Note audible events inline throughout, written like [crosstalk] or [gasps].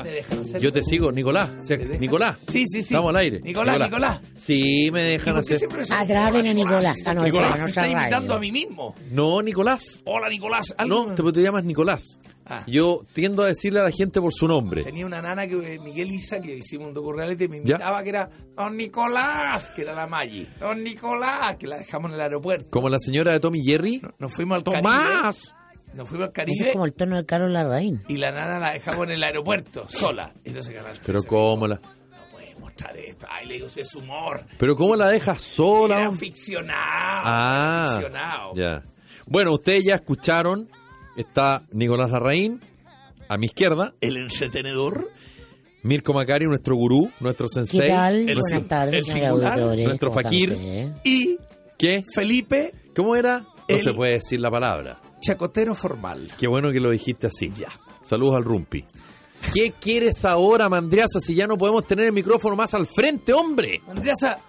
hacer. Yo te sigo, Nicolás. Se- ¿Me dejan? Nicolás. Sí, sí, sí. Estamos al aire. Nicolás, Nicolás. Sí, me dejan ¿Por qué hacer. siempre me sacan Atrapen Nicolás, a Nicolás. Ah, no, esa Nicolás, era me nuestra estoy imitando radio. a mí mismo. No, Nicolás. Hola, Nicolás. ¿Algo? Ah, No, te, te llamas Nicolás. Ah. Yo tiendo a decirle a la gente por su nombre. Tenía una nana que eh, Miguel Isa, que hicimos un docu-reality, me ¿Ya? invitaba que era Don Nicolás, que era la Maggi. Don Nicolás, que la dejamos en el aeropuerto. Como la señora de Tommy Jerry. Nos fuimos al Tomás. Caribe. Nos fuimos al Ese Caribe es como el tono de Carol Larraín. y la nana la dejamos en el aeropuerto, sola. Entonces Canal 13 Pero me cómo la, dijo, No puedes mostrar esto. Ay, le digo, ese es humor. pero cómo la dejas sola. Era hombre? ficcionado. Ah, Ficcionado. ya. Bueno, ustedes ya escucharon. Está Nicolás Larraín a mi izquierda, El entretenedor. Mirko Macari, nuestro gurú, nuestro ¿Qué sensei. tal? el Buenas sin- el tardes, señores singular, auditores. nuestro ¿Cómo están fakir. ustedes? Y ¿Qué? Felipe, ¿Cómo era? No El- se puede decir la palabra. chacotero formal. Qué bueno que lo dijiste así. Ya. Saludos al Rumpi. ¿Qué quieres ahora, Mandriaza, si ya no podemos tener el micrófono más al frente, hombre? Andreasa,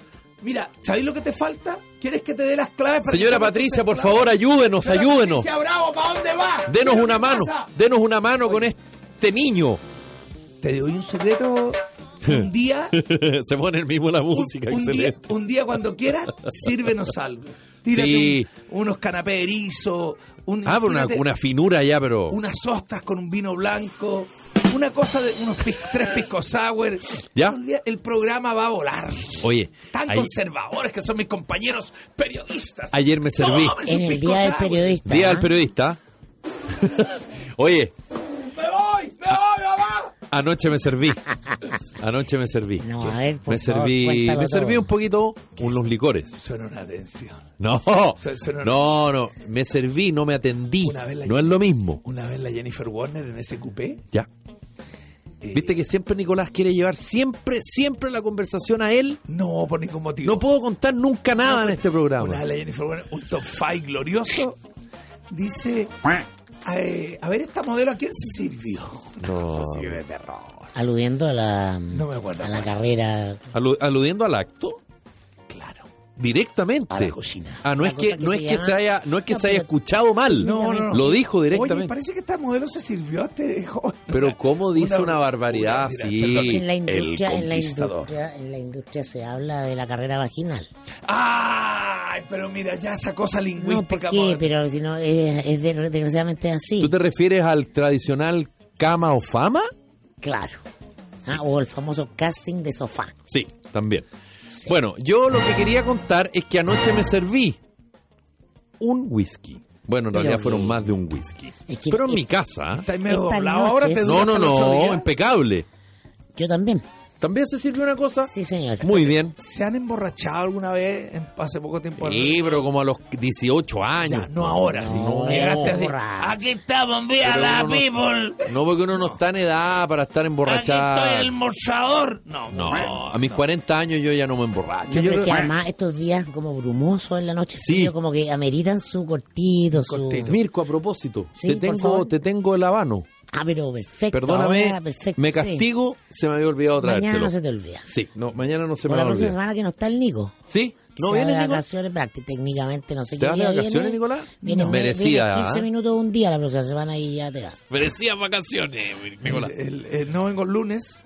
mira, ¿sabéis lo que te falta? ¿Quieres que te dé las claves? para Señora que sepas Patricia, tus por claves? favor, ayúdenos, Señora ayúdenos. Patricia Bravo, ¿para dónde vas? Denos Mira una qué mano, pasa. denos una mano con este niño. [laughs] Te doy un secreto. Un [laughs] día, Se pone el mismo la un, música, un día, excelente. un día cuando quieras, sírvenos algo. Tírate Sí. un- unos canapés erizos, un, Ah, pero una, tírate una finura ya, pero. unas ostras con un vino blanco, una cosa de unos pis- tres pisco sour. ¿Ya? Un día el programa va a volar. Oye, Tan ay- conservadores que son mis compañeros periodistas. Ayer me serví. Tomen sus En el pisco día del sour. periodista. Día ¿ah? al periodista. [laughs] Oye, ¡Me voy! ¡Me Ah. voy, mamá! anoche me serví. Anoche me serví. No, a ver, por me favor, serví, cuéntalo me serví todo. un poquito unos licores. Suena una atención. No, Se- se- no- no, no, me serví, no me atendí. Una vez la- No es lo mismo. Una vez la Jennifer Warner en ese coupé. eh, Ya. Viste que siempre Nicolás quiere llevar siempre, siempre la conversación a él. No, por ningún motivo. No puedo contar nunca nada en este Una programa. vez la Jennifer Warner, un top 5 glorioso. Dice. eh, a ver, esta modelo, ¿a quién se sirvió? Una No. cosa así de terror. Aludiendo a la, No me acuerdo a la cuál. carrera. Alu- aludiendo al acto Claro. directamente. A la cocina. Ah, no La es que cosa que no se es que llama- se haya no es que No, se haya pero- escuchado mal. No, no, no. Lo dijo Oye, directamente. parece que esta modelo se sirvió a este joven. [laughs] Pero cómo dice una barbaridad mentira, así. perdón. En la, El industria, en, la conquistador. industria, en la industria se habla de la carrera vaginal. Ay, pero mira, ya esa cosa No, lingüística. ¿por qué? moderna. Pero si no, es, es de- desgraciadamente así. ¿Tú te refieres al tradicional cama o fama? Claro. Ah, o el famoso casting de sofá. Sí, también. Bueno, yo lo que quería contar es que anoche me serví un whisky. Bueno, en Pero realidad fueron bien. más de un whisky. Es que- Pero en es- mi casa. ¿eh? Estáis medio Esta doblado. noche- Ahora te ¿Te No, duras no, hasta los ocho no, días. impecable. Yo también. ¿También se sirvió una cosa? Sí, señor. Muy bien. ¿Se han emborrachado alguna vez en- hace poco tiempo? Sí, pero como a los 18 Ya, años. no ahora, sí. No. Llegaste así, Borracho. Aquí estamos, vía Pero la uno no- people. No, porque uno no está en edad para Aquí estoy estar en emborrachado. el mostrador. No, No, a mis 40 años yo ya no me emborracho. Yo Yo creo que creo- además estos días como brumosos en la noche, Sí. frío, como que ameritan su cortito, su... Cortito. Mirko, a propósito, Sí, te, por tengo, favor. te tengo el habano. Ah, pero perfecto. Perdóname, ahora, perfecto, me sí. castigo, se me había olvidado traértelo. Mañana no se te olvida. Sí, no, mañana no se Por me la va a próxima olvidar. semana que no está el Nico. ¿Sí? ¿No Se va viene, de Nicolás? vacaciones, prácti- técnicamente no sé ¿Te qué vas de día vacaciones, viene. Nicolás? Viene, No. un mes- Merecida, viene ¿ah? 15 minutos un día la próxima semana y ya te vas. Merecía vacaciones, El- [laughs] el- el- no vengo el lunes,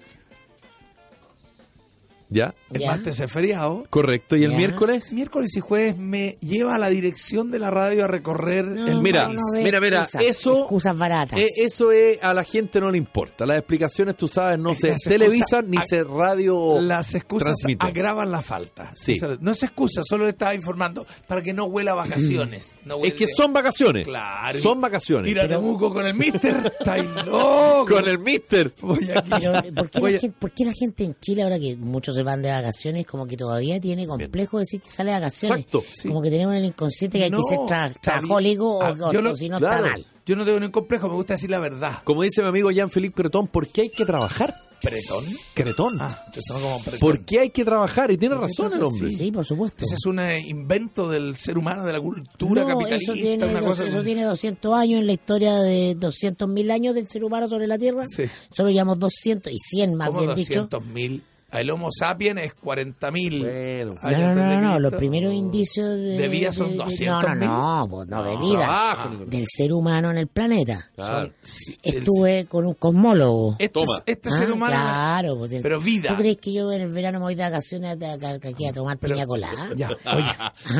¿Ya? el Ya. martes es feriado. Correcto. ¿Y el Ya. miércoles? Miércoles y jueves me lleva a la dirección de la radio a recorrer el No, Eh, mira, no, país. no, ve, mira, mira, excusas, eso- Excusas baratas. Eh, eso es, a la gente no le importa. Las explicaciones, tú sabes, no se Las excusas- televisan ni a- se radio Las excusas transmiten. agravan la falta. Sí. Eso- No es excusa, solo le estaba informando para que no huela a [clears throat] vacaciones. No Es huele- que son vacaciones. Claro. Son vacaciones. Tírate muco con el mister. Estáis loco. Con el mister. Voy aquí. [laughs] Pero, eh, [laughs] ¿por, qué la Oye. gente, por qué la gente en Chile, ahora que muchos se van de vacaciones, como que todavía tiene complejo decir que sale de vacaciones? Exacto, sí. Como que tenemos en el inconsciente que hay No, que ser tra- está trabajólico o, bien. Ah, o- yo lo- o si no claro. está mal. Yo no tengo ningún complejo, me gusta decir la verdad. Como dice mi amigo Jean-Philippe Cretón, ¿por qué hay que trabajar? ¿Pretón? Cretón. Ah, te sonó como pretón. ¿Por qué hay que trabajar? Y tiene Porque razón eso- el hombre. Sí, por supuesto. Ese es un eh, invento del ser humano, de la cultura No, capitalista. eso tiene, una dos- cosa eso tiene 200 años en la historia de 200.000 años del ser humano sobre la Tierra. Sí. Solo llevamos 200 y 100 más como bien dicho. 200 mil. El Homo sapiens es 40.000. Bueno. años No, no, antes no, de no, Cristo. los primeros indicios de... De vida son No, no, 200.000. no, pues no, de vida. trabajo, Nicolás. del ser humano en el planeta. Claro. Sí, el- Estuve con un cosmólogo. Este, Toma. este eh. Ah, ser humano. Claro, pues, el- Pero vida. ¿Tú crees que yo en el verano me voy de vacaciones a- a- a- aquí a tomar piña colada? [laughs] Ya, oye, Ah, Voy a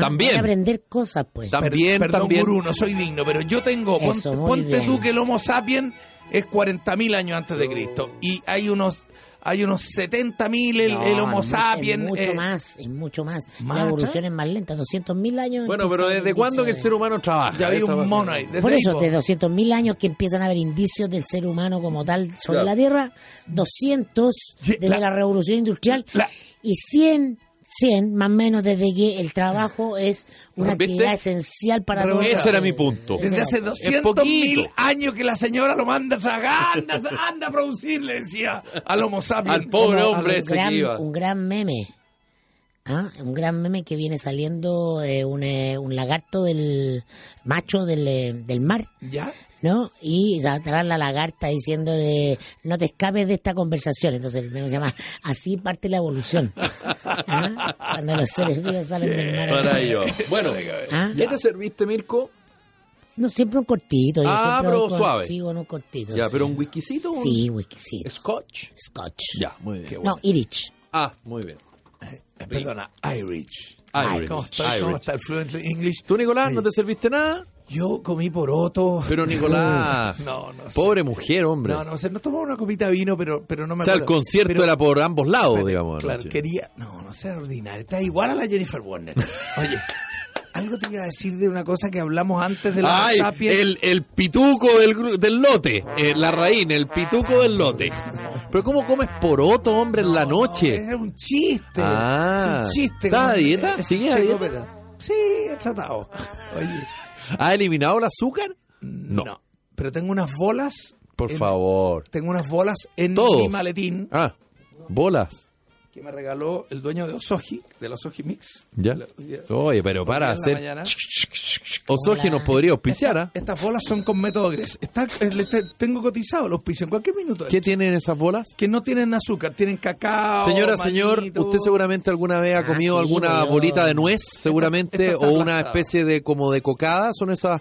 [laughs] También. aprender cosas, pues. Tam- per- También, perdón, también. gurú, no soy digno, pero yo tengo. Eso, ponte muy ponte bien. tú que el Homo sapiens es 40.000 años antes de Cristo. Y hay unos. Hay unos 70.000 el, No, el es mu- Homo sapiens. Es mucho eh, más, es mucho más. ¿Más La evolución es más lenta, 200.000 años. Bueno, empieza pero a haber ¿desde indicios cuándo que el de- ser humano trabaja? Ya había Esa va a un ser- mono ahí. desde Por ahí, eso, po. de 200.000 años que empiezan a haber indicios del ser humano como tal sobre Claro. la Tierra, 200 Ye- desde la- la, revolución industrial la- y 100, 100 más o menos desde que el trabajo es una ¿Viste? actividad esencial para Pero todos. ese los- era mi punto. Ese Desde era- hace Es 200 mil poquito. años que la señora lo manda a tragar, anda, anda a producir, le decía al Homo sapiens. Al pobre Como- hombre al- ese que gran, iba. un gran meme. ¿Ah? Un gran meme que viene saliendo eh, un, eh, un lagarto del macho del, eh, del mar. ¿Ya? ¿no? Y atrás la lagarta diciéndole, no te escapes de esta conversación. Entonces el meme se llama, así parte la evolución. ¿Ah? Cuando los seres vivos salen del [laughs] mar. Maravilloso. Bueno, ¿Ah? ¿qué te serviste, Mirko? No, siempre un cortito. Yo Ah, siempre pero voy con- suave. Sí, con un cortito. Ya, sí. pero un whiskycito, un Sí, whiskycito. scotch. Scotch. Ya, muy bien. Qué No, Irich. Ah, muy bien. Eh, Perdona, Irish. Irish, ¿Cómo está, Irish. ¿Cómo está el fluent English? ¿Tú, Nicolás, no te serviste nada? Yo comí poroto. Pero, Nicolás, [laughs] No, no sé. pobre mujer, hombre. No, no sé, nos tomamos una copita de vino, pero, pero no me o sea, el acuerdo. concierto Pero- era por ambos lados, Espérate, digamos. Claro, anoche. quería. No, no sea ordinario. Está igual a la Jennifer Warner. [laughs] Oye, algo te iba a decir de una cosa que hablamos antes de la Ay, Sapiens. el, el pituco del, gru- del lote, eh, la raíz, el pituco del [laughs] lote. Pero ¿cómo comes poroto, hombre, en la noche? Era un chiste. Ah. es un chiste. ¿Estás a Como- dieta? eh, ¿Sigues a Checo dieta? Pérez. Sí, he tratado. Oye, ¿Ha eliminado el azúcar? no. Pero tengo unas bolas. Por en- favor. Tengo unas bolas en Todos. mi maletín Ah, bolas. que me regaló el dueño de Osoji, de los Osoji Mix. Ya. La- ya. Oye, pero para en la hacer. mañana. Osoji nos podría auspiciar, ¿ah? Estas bolas son con método Gress. Está, eh, le te- tengo cotizado los pisos en cualquier minuto. ¿Qué tienen esas bolas? Que no tienen azúcar, tienen cacao. Señora, maní, señor, todo. usted seguramente alguna vez ha Ah, comido sí, alguna pero- bolita de nuez, seguramente, esto está o una aplastado. especie de como de cocada, son esas,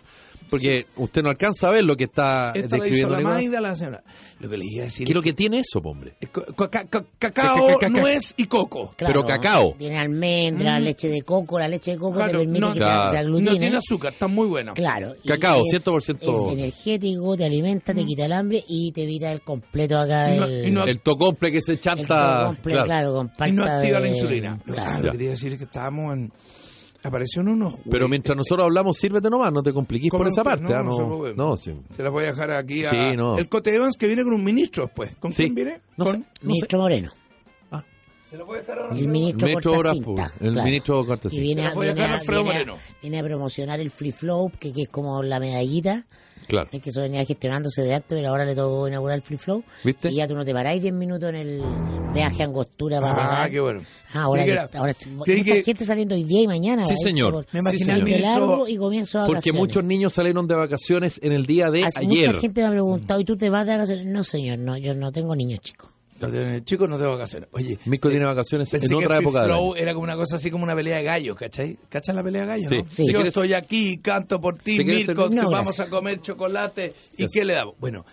porque usted no alcanza a ver lo que está Esta la hizo describiendo. la Nicolás. Maida, la señora. Lo que le iba a decir. ¿Qué es lo que tiene eso, hombre? es co- co- ca- ca- Cacao, Caca- nuez y coco. Pero cacao. Tiene almendra, leche de coco. La leche de coco Mm. te Claro, permite no, que Claro. te, se aglutine. no tiene azúcar, está muy bueno. Claro. y Cacao, es- 100%. Es energético, te alimenta, te quita el hambre y te evita el completo acá. Mm. Y no- el, y no- El tocomple que se el chanta. todo completo, claro. claro. con Y no palta activa la de- insulina. Lo- Claro. ah, Lo que quería decir es que estábamos en. Aparecieron unos. Pero mientras nosotros hablamos, sírvete nomás, no te compliquís por Comen esa ustedes, parte. ah, no, no se No, preocupen. no, sí. Se las voy a dejar aquí a. Sí, no. El Cote Evans que viene con un ministro después. ¿Con Sí. quién viene? No con. sé. Ministro Moreno. Se lo voy a dejar ahora. El ministro Metro Cortacinta. Obras Públicas, el ministro Cortacinta. Y viene a, Voy a viene, Carlos a, Alfredo viene a- Moreno. viene a promocionar el Free Flow, que, que es como la medallita. Claro. Es que eso venía gestionándose de antes, pero ahora le tocó inaugurar el Free Flow. ¿Viste? Y ya tú no te paráis 10 minutos en el peaje Angostura para Ah, pagar. qué bueno. Ah, ahora, Tiene que, que- ahora tiene mucha que- gente saliendo hoy día y mañana. Sí, va a irse señor. por- Me Sí, imaginé al señor. de largo ministro. y comienzo a Porque muchos niños salieron de vacaciones en el día de ayer. Mucha gente me ha preguntado, ¿y tú te vas de vacaciones? No, señor, no, yo no tengo niños chicos. No tiene- Chicos, no tengo vacaciones. Oye, Mirko tiene vacaciones pensé en que otra Free época del Flow año. era como una cosa así como una pelea de gallos, ¿cachai? ¿Cachas la pelea de gallos? Sí. no? Sí. ¿Te Yo quieres- estoy aquí, canto por ti, ¿Te quieres Mirko, servir? te No, vamos gracias. a comer chocolate. ¿Y Gracias. qué le damos? Bueno,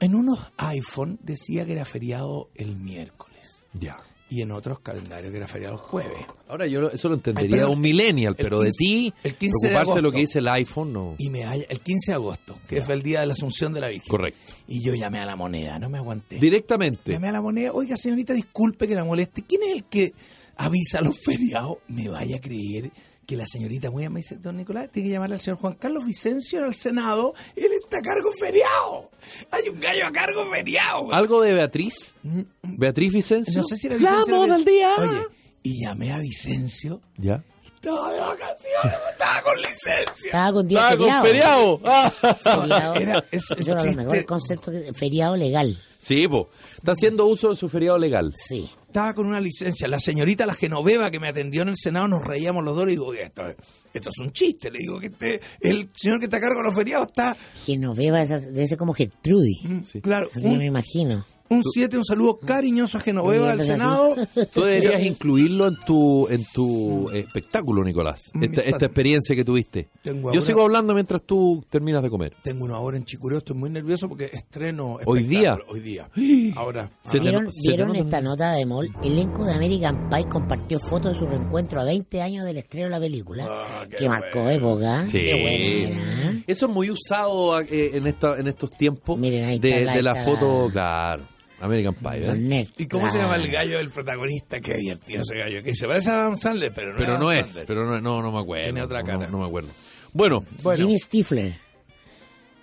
en unos iPhone decía que era feriado el miércoles Ya. y en otros calendarios que era feriado el jueves. Ahora yo lo- eso lo Ay, entendería pero de un millennial, el pero de 15 ti el 15 de preocuparse de lo agosto. que dice el iPhone no. Y me halla- el 15 de agosto, que fue el día de la Asunción de la Virgen. Correcto. Y yo llamé a la moneda, no me aguanté. Directamente. Llamé a la moneda, oiga señorita, disculpe que la moleste. ¿Quién es el que avisa a los [laughs] feriados? Me vaya a creer que la señorita muy me dice, don Nicolás, tiene que llamar al señor Juan Carlos Vicencio al Senado, él está a cargo feriado. Hay un gallo a cargo feriado. Algo de Beatriz, Beatriz Vicencio. Mm, No sé si era La Vicencio. moda era- al día. Oye, y llamé a Vicencio. Ya. Estaba de vacaciones, estaba con licencia. Estaba con 10 Estaba con feriado. Ah. [laughs] Feriado, Era- es- es eso era chiste. lo mejor el concepto, que- feriado legal. Sí, po. Está haciendo uso de su feriado legal. Sí. Estaba con una licencia. La señorita, la genoveva que me atendió en el Senado, nos reíamos los dos. Le digo, "Oye, esto, es- esto es un chiste. Le digo que este, el señor que está a cargo de los feriados está Mm. Genoveva, esas- debe ser como Gertrudis. Sí. Claro, Así un- me imagino. Un 7, un saludo cariñoso a Genoveva del Bien, pues, Senado. [laughs] Tú deberías incluirlo en tu en tu eh, espectáculo, Nicolás. Mm, Mi Esta, espectáculo. esta experiencia que tuviste. Tengo Yo ahora- sigo hablando mientras tú terminas de comer. Tengo una hora en Chicureo, estoy muy nervioso porque estreno. Hoy día. espectáculo, Hoy día. [gasps] Ahora. ah. Se te ¿Vieron, no- se te vieron nota esta nota de Mol? El elenco de American Pie compartió fotos de su reencuentro a 20 años del estreno de la película, Ah, que marcó época. Sí. Ah, Qué buena era, ¿eh? Eso es muy usado eh, en esta en estos tiempos Miren, ahí de, está la- de la está foto, la- claro. American Pie, Los ¿eh? nerds, ¿Y cómo se claro. llama el gallo del protagonista? Qué divertido ese gallo. Que se parece a Adam Sandler, pero no Pero es. no Adam es, Sandler. pero no, no, no me acuerdo. Tiene otra no, cara. No, me acuerdo. Bueno, Jimmy Stifler.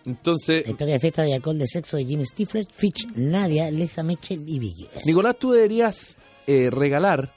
entonces, La historia de fiesta de alcohol de sexo de Jimmy Stifler, Fitch, Nadia, Lisa Mitchell y Vicky. Nicolás, tú deberías eh, regalar,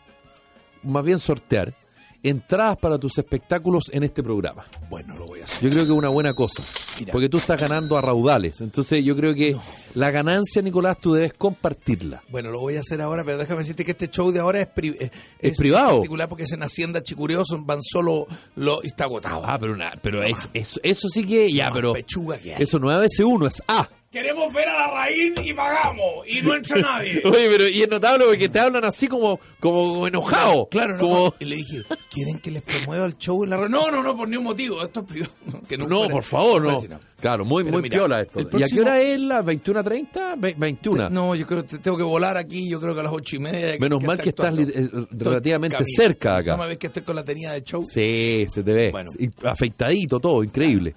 más bien sortear, entradas para tus espectáculos en este programa. Bueno, lo voy a hacer. Yo creo que es una buena cosa. Mira. Porque tú estás ganando a raudales. Entonces yo creo que la ganancia, Nicolás, tú debes compartirla. Bueno, lo voy a hacer ahora, pero déjame decirte que este show de ahora es, pri- eh, Es privado. particular porque es en Hacienda Chicureo, son- van solo. Lo, y está agotado. Ah, pero, una, pero es- eso, eso sí que ya, Más pero... pechuga que hay. Eso no es ABC1, es A. Queremos ver a la raíz y pagamos. Y no [laughs] entra nadie. Oye, pero y es notable porque te hablan así como, como enojado. Claro, no, como... no. Y le dije, ¿quieren que les promueva el show en la radio? No, no, no, por ningún motivo. Esto es privado. [laughs] Que No, fuera- por favor, fuera no. así, Claro, muy, Pero muy mira, piola esto. el ¿Y a qué próximo- hora es la 21.30? Ve- 21. No, yo creo que tengo que volar aquí, yo creo que a las ocho y media. Menos mal que estás actuando. li- eh, Estoy relativamente camino. cerca de acá. No me ves que estoy con la tenida de show. Sí, se te ve. Bueno. Y Afeitadito todo, increíble.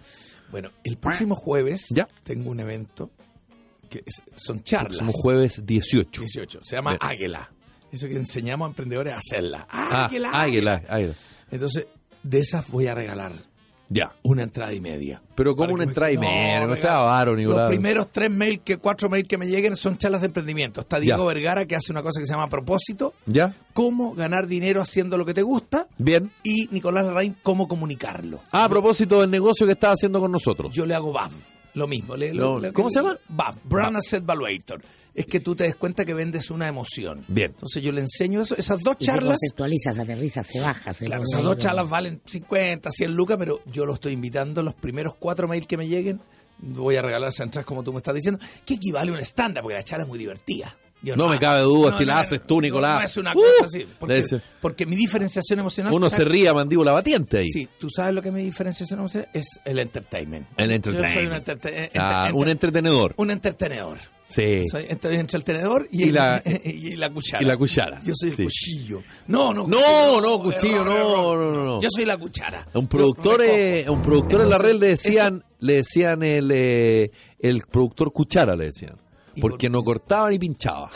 Bueno, el próximo jueves Ya. tengo un evento que es- son charlas. Somos jueves 18. 18. Se llama Águila. Eso que enseñamos a emprendedores a hacerla. Ah, Águila. águila, águila. Entonces, de esas voy a regalar Ya. una entrada y media. Pero ¿cómo Para una que me- entrada y media? No regalo. sea avaro, Nicolás. Los primeros tres mails, que cuatro mails que me lleguen son charlas de emprendimiento. Está Diego Ya. Vergara que hace una cosa que se llama propósito. ¿Ya? Cómo ganar dinero haciendo lo que te gusta. Bien. Y Nicolás Larraín, cómo comunicarlo. Ah, a propósito del negocio que estás haciendo con nosotros. Yo le hago BAV. Lo mismo. le- Lo- le- ¿cómo se llama? BAV. Brand Asset Valuator. Es que tú te des cuenta que vendes una emoción. Bien. Entonces yo le enseño eso. Esas dos Y te charlas. conceptualizas, aterrizas, se baja. Se Claro, pone esas ahí dos como- charlas valen 50, 100 lucas, pero yo lo estoy invitando. Los primeros cuatro mails que me lleguen, voy a regalar esas entradas como tú me estás diciendo, que equivale a un estándar, porque la charla es muy divertida. Yo No me cabe duda si la haces tú, Nicolás. No, es una Uh, cosa así. Porque, debe ser. porque mi diferenciación emocional. Uno se ¿sabes? ríe a mandíbula batiente ahí. Ah, Sí, tú sabes lo que es mi diferenciación emocional es el entertainment. El Yo soy un, entertainment. enterte- eh, Ah, enter- un entretenedor. un entretenedor. Sí. Soy entre, entre el tenedor y, Y el- la- [laughs] y la cuchara. y la cuchara. Yo soy el Sí. cuchillo. No, no. No, cuchillo, no, cuchillo, Error, no, error. no, no, no. Yo soy la cuchara. A un productor, Yo recojo. eh, a un productor en la Entonces, red le decían, le decían el, eh, el productor cuchara, le decían. ¿Y Porque por- no cortaba ni pinchaba.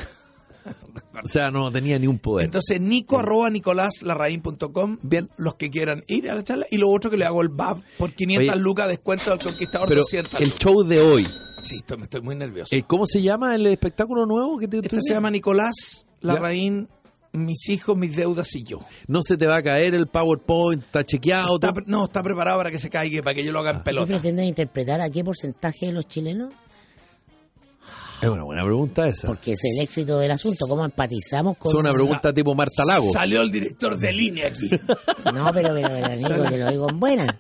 O sea, no tenía ni un poder. Entonces, nico arroba nicolaslarraín.com. Bien. Los que quieran ir a la charla. Y lo otro que le hago el BAB por 500 Oye, lucas descuento al conquistador. Pero 200 el lucas. show de hoy, Sí, estoy, me estoy muy nervioso. eh, ¿cómo se llama el espectáculo nuevo que te tú Este se dices? llama Nicolás Larraín, mis hijos, mis deudas y yo. No se te va a caer el PowerPoint, está chequeado. Está todo. pre- no, está preparado para que se caiga, para que yo lo Ah, haga en ¿Tú pelota. pretendes interpretar a qué porcentaje de los chilenos? Es una buena pregunta esa. Porque es el éxito del asunto. ¿Cómo empatizamos con.? Es una pregunta Sa- tipo Marta Lago. Salió el director de línea aquí. No, pero, pero, pero, amigo, te lo digo en buena.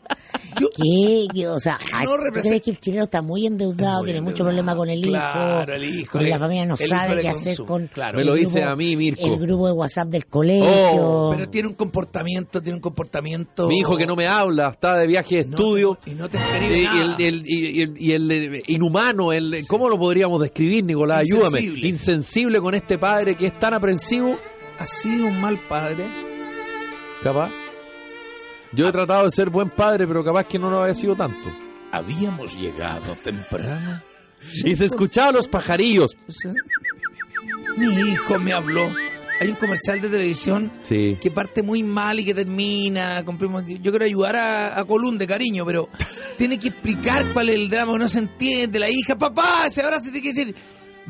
Yo- ¿Qué? ¿Qué? O sea, ¿a- No ¿tú representa- crees que el chileno está muy endeudado, Muy tiene mucho endeudado. problema con el hijo? Claro, el hijo Con le- la familia no el hijo sabe le qué hacer consume, con. claro. Me el lo dice grupo- a mí, Mirko. El grupo de WhatsApp del colegio. Oh, Pero tiene un comportamiento, tiene un comportamiento. Mi hijo que no me habla, está de viaje de No, estudio. y no te escribe Eh, y nada. el, el- y- y el- y el, eh, inhumano, el, ¿cómo lo podríamos describir, Nicolás? Ayúdame. Insensible. Insensible con este padre que es tan aprensivo. ha sido un mal padre. Capaz. Yo he tratado de ser buen padre, pero capaz que no lo había sido tanto. Habíamos llegado temprano. Y se escuchaba a los pajarillos. O sea, mi hijo me habló. Hay un comercial de televisión Sí. que parte muy mal y que termina. con primos- Yo quiero ayudar a, a Colunde, cariño, pero tiene que explicar cuál es el drama que no se entiende. La hija, papá, se- ahora se tiene que decir.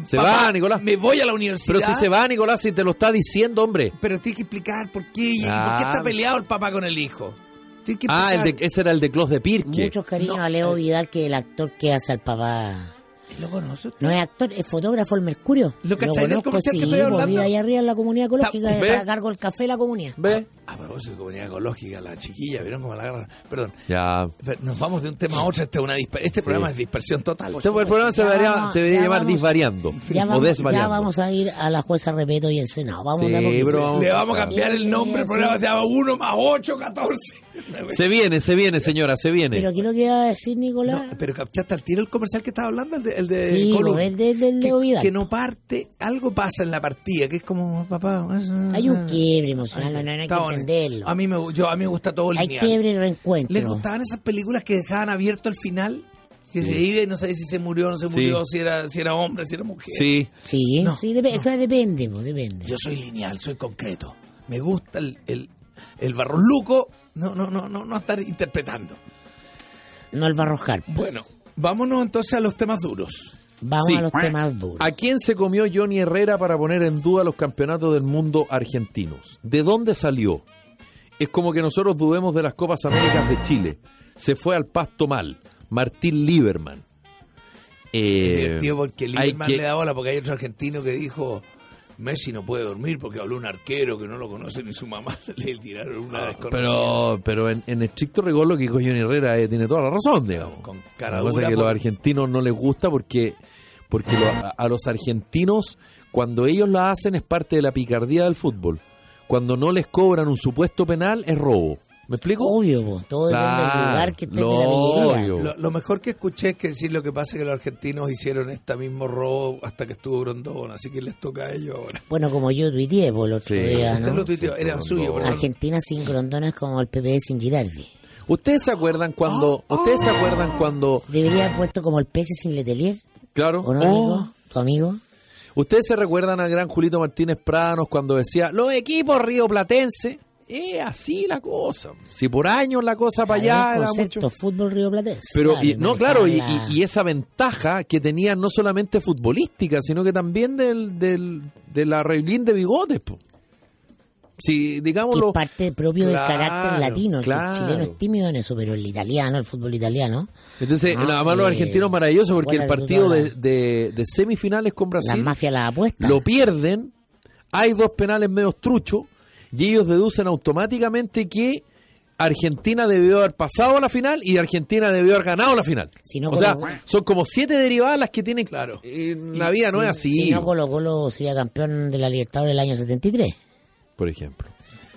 Se "Papá, va, Nicolás". Me voy a la universidad. Pero si se va, Nicolás, si te lo está diciendo, hombre. Pero tienes que explicar por qué, y por qué Ah. está peleado el papá con el hijo. Tienes que Ah, el explicar. de- ese era el de Clos de Pirque. Muchos cariños No, a Leo eh. Vidal, que el actor que hace al papá. ¿Lo conoce usted? No es actor, es fotógrafo el Mercurio. ¿Lo cachai del comercial que estoy pues, hablando? vive ahí arriba en la comunidad ecológica, ¿Ve? está a cargo el café de la comunidad. ¿Ve? A propósito de comunidad ecológica, la chiquilla, ¿vieron cómo la agarran? Perdón. Ya. Pero Nos vamos de un tema a otro. Este, es una disper- este programa es dispersión total. Este programa se Ya debería, vamos- se debería ya llamar vamos- Disvariando. Ya o vamos, ya Desvariando. vamos a ir a la jueza Repeto y el Senado. Vamos Sí, de a poquito. pero vamos- Le vamos a cambiar el nombre. El programa se llama 1 más 8, 14. Se viene, se viene, señora, se viene. Pero ¿qué es lo que iba a decir Nicolás? No, pero eh, captaste al tiro el comercial que estaba hablando, el de, el de Sí, Colum. pues, el de- del que, Leo Vidal. que no parte, algo pasa en la partida, que es como, papá, Hay un quiebre emocional, no, no, no hay que Está bueno. entenderlo. A mí me, gu- yo, a mí me gusta todo Hay lineal. quiebre y reencuentro. ¿Les gustaban esas películas que dejaban abierto el final? Que se iba y no sabía si se murió o no se Sí. murió, si era si era hombre, si era mujer. Sí. Sí, No, sí, dep- está- depende, pues, depende. Yo soy lineal, soy concreto. Me gusta el, el, el barroluco, no, no, no, no, no estar interpretando. No el barrojar. Bueno, vámonos entonces a los temas duros. Vamos Sí. a los temas duros. ¿A quién se comió Johnny Herrera para poner en duda los campeonatos del mundo argentinos? ¿De dónde salió? Es como que nosotros dudemos de las Copas Américas de Chile. Se fue al pasto mal. Martín Lieberman. Es Eh, divertido porque hay Lieberman que- le da bola porque hay otro argentino que dijo Messi no puede dormir porque habló un arquero que no lo conoce ni su mamá [laughs] le tiraron una desconocida Ah, Pero, pero en, en estricto rigor lo que dijo Johnny Herrera eh, tiene toda la razón, digamos. Con cara Lo que dura pasa pues. es que por- los argentinos no les gusta porque, porque lo- a, a los argentinos, cuando ellos la hacen, es parte de la picardía del fútbol. Cuando no les cobran un supuesto penal, es robo. ¿Me explico? Obvio, pues, todo depende del Claro, lugar que esté lo en la obvio. vida. lo, lo mejor que escuché es que decir lo que pasa es que los argentinos hicieron este mismo robo hasta que estuvo Grondón, así que les toca a ellos ahora. Bueno, como yo tuiteé por el otro Sí. día, Usted ¿no? lo tuiteó, Sí, era Grondón. suyo, perdón. Argentina sin grondonas como el PP sin Girardi. ¿Ustedes se acuerdan cuando... Oh. ¿Ustedes se acuerdan cuando... Debería haber puesto como el PC sin Letelier, Claro. ¿o no, Oh, amigo? ¿Tu amigo? ¿Ustedes se recuerdan al gran Julito Martínez Pranos cuando decía, los equipos rioplatense, es así la cosa. Si por años la cosa para allá Había un era concepto, mucho... fútbol rioplatense. Pero, y- y no, claro, y, manejaba y- y esa ventaja que tenía no solamente futbolística, sino que también del, del, del arreglín de bigotes, po. Si, que es digámoslo, parte propio del Claro, carácter latino. El que claro. El chileno es tímido en eso, pero el italiano, el fútbol italiano, entonces, Ah, nada más los eh, argentinos maravillosos, porque el buena partido de, duda. de- de semifinales con las Brasil mafias las apuestan. ¿Ah, lo pierden, hay dos penales medios truchos, y ellos deducen automáticamente que Argentina debió haber pasado a la final y Argentina debió haber ganado la final. Si no, o sea, Colo- son como siete derivadas las que tienen Claro. claro. la vida no es así. Si no, Colo Colo sería campeón de la Libertadores del año 73, por ejemplo.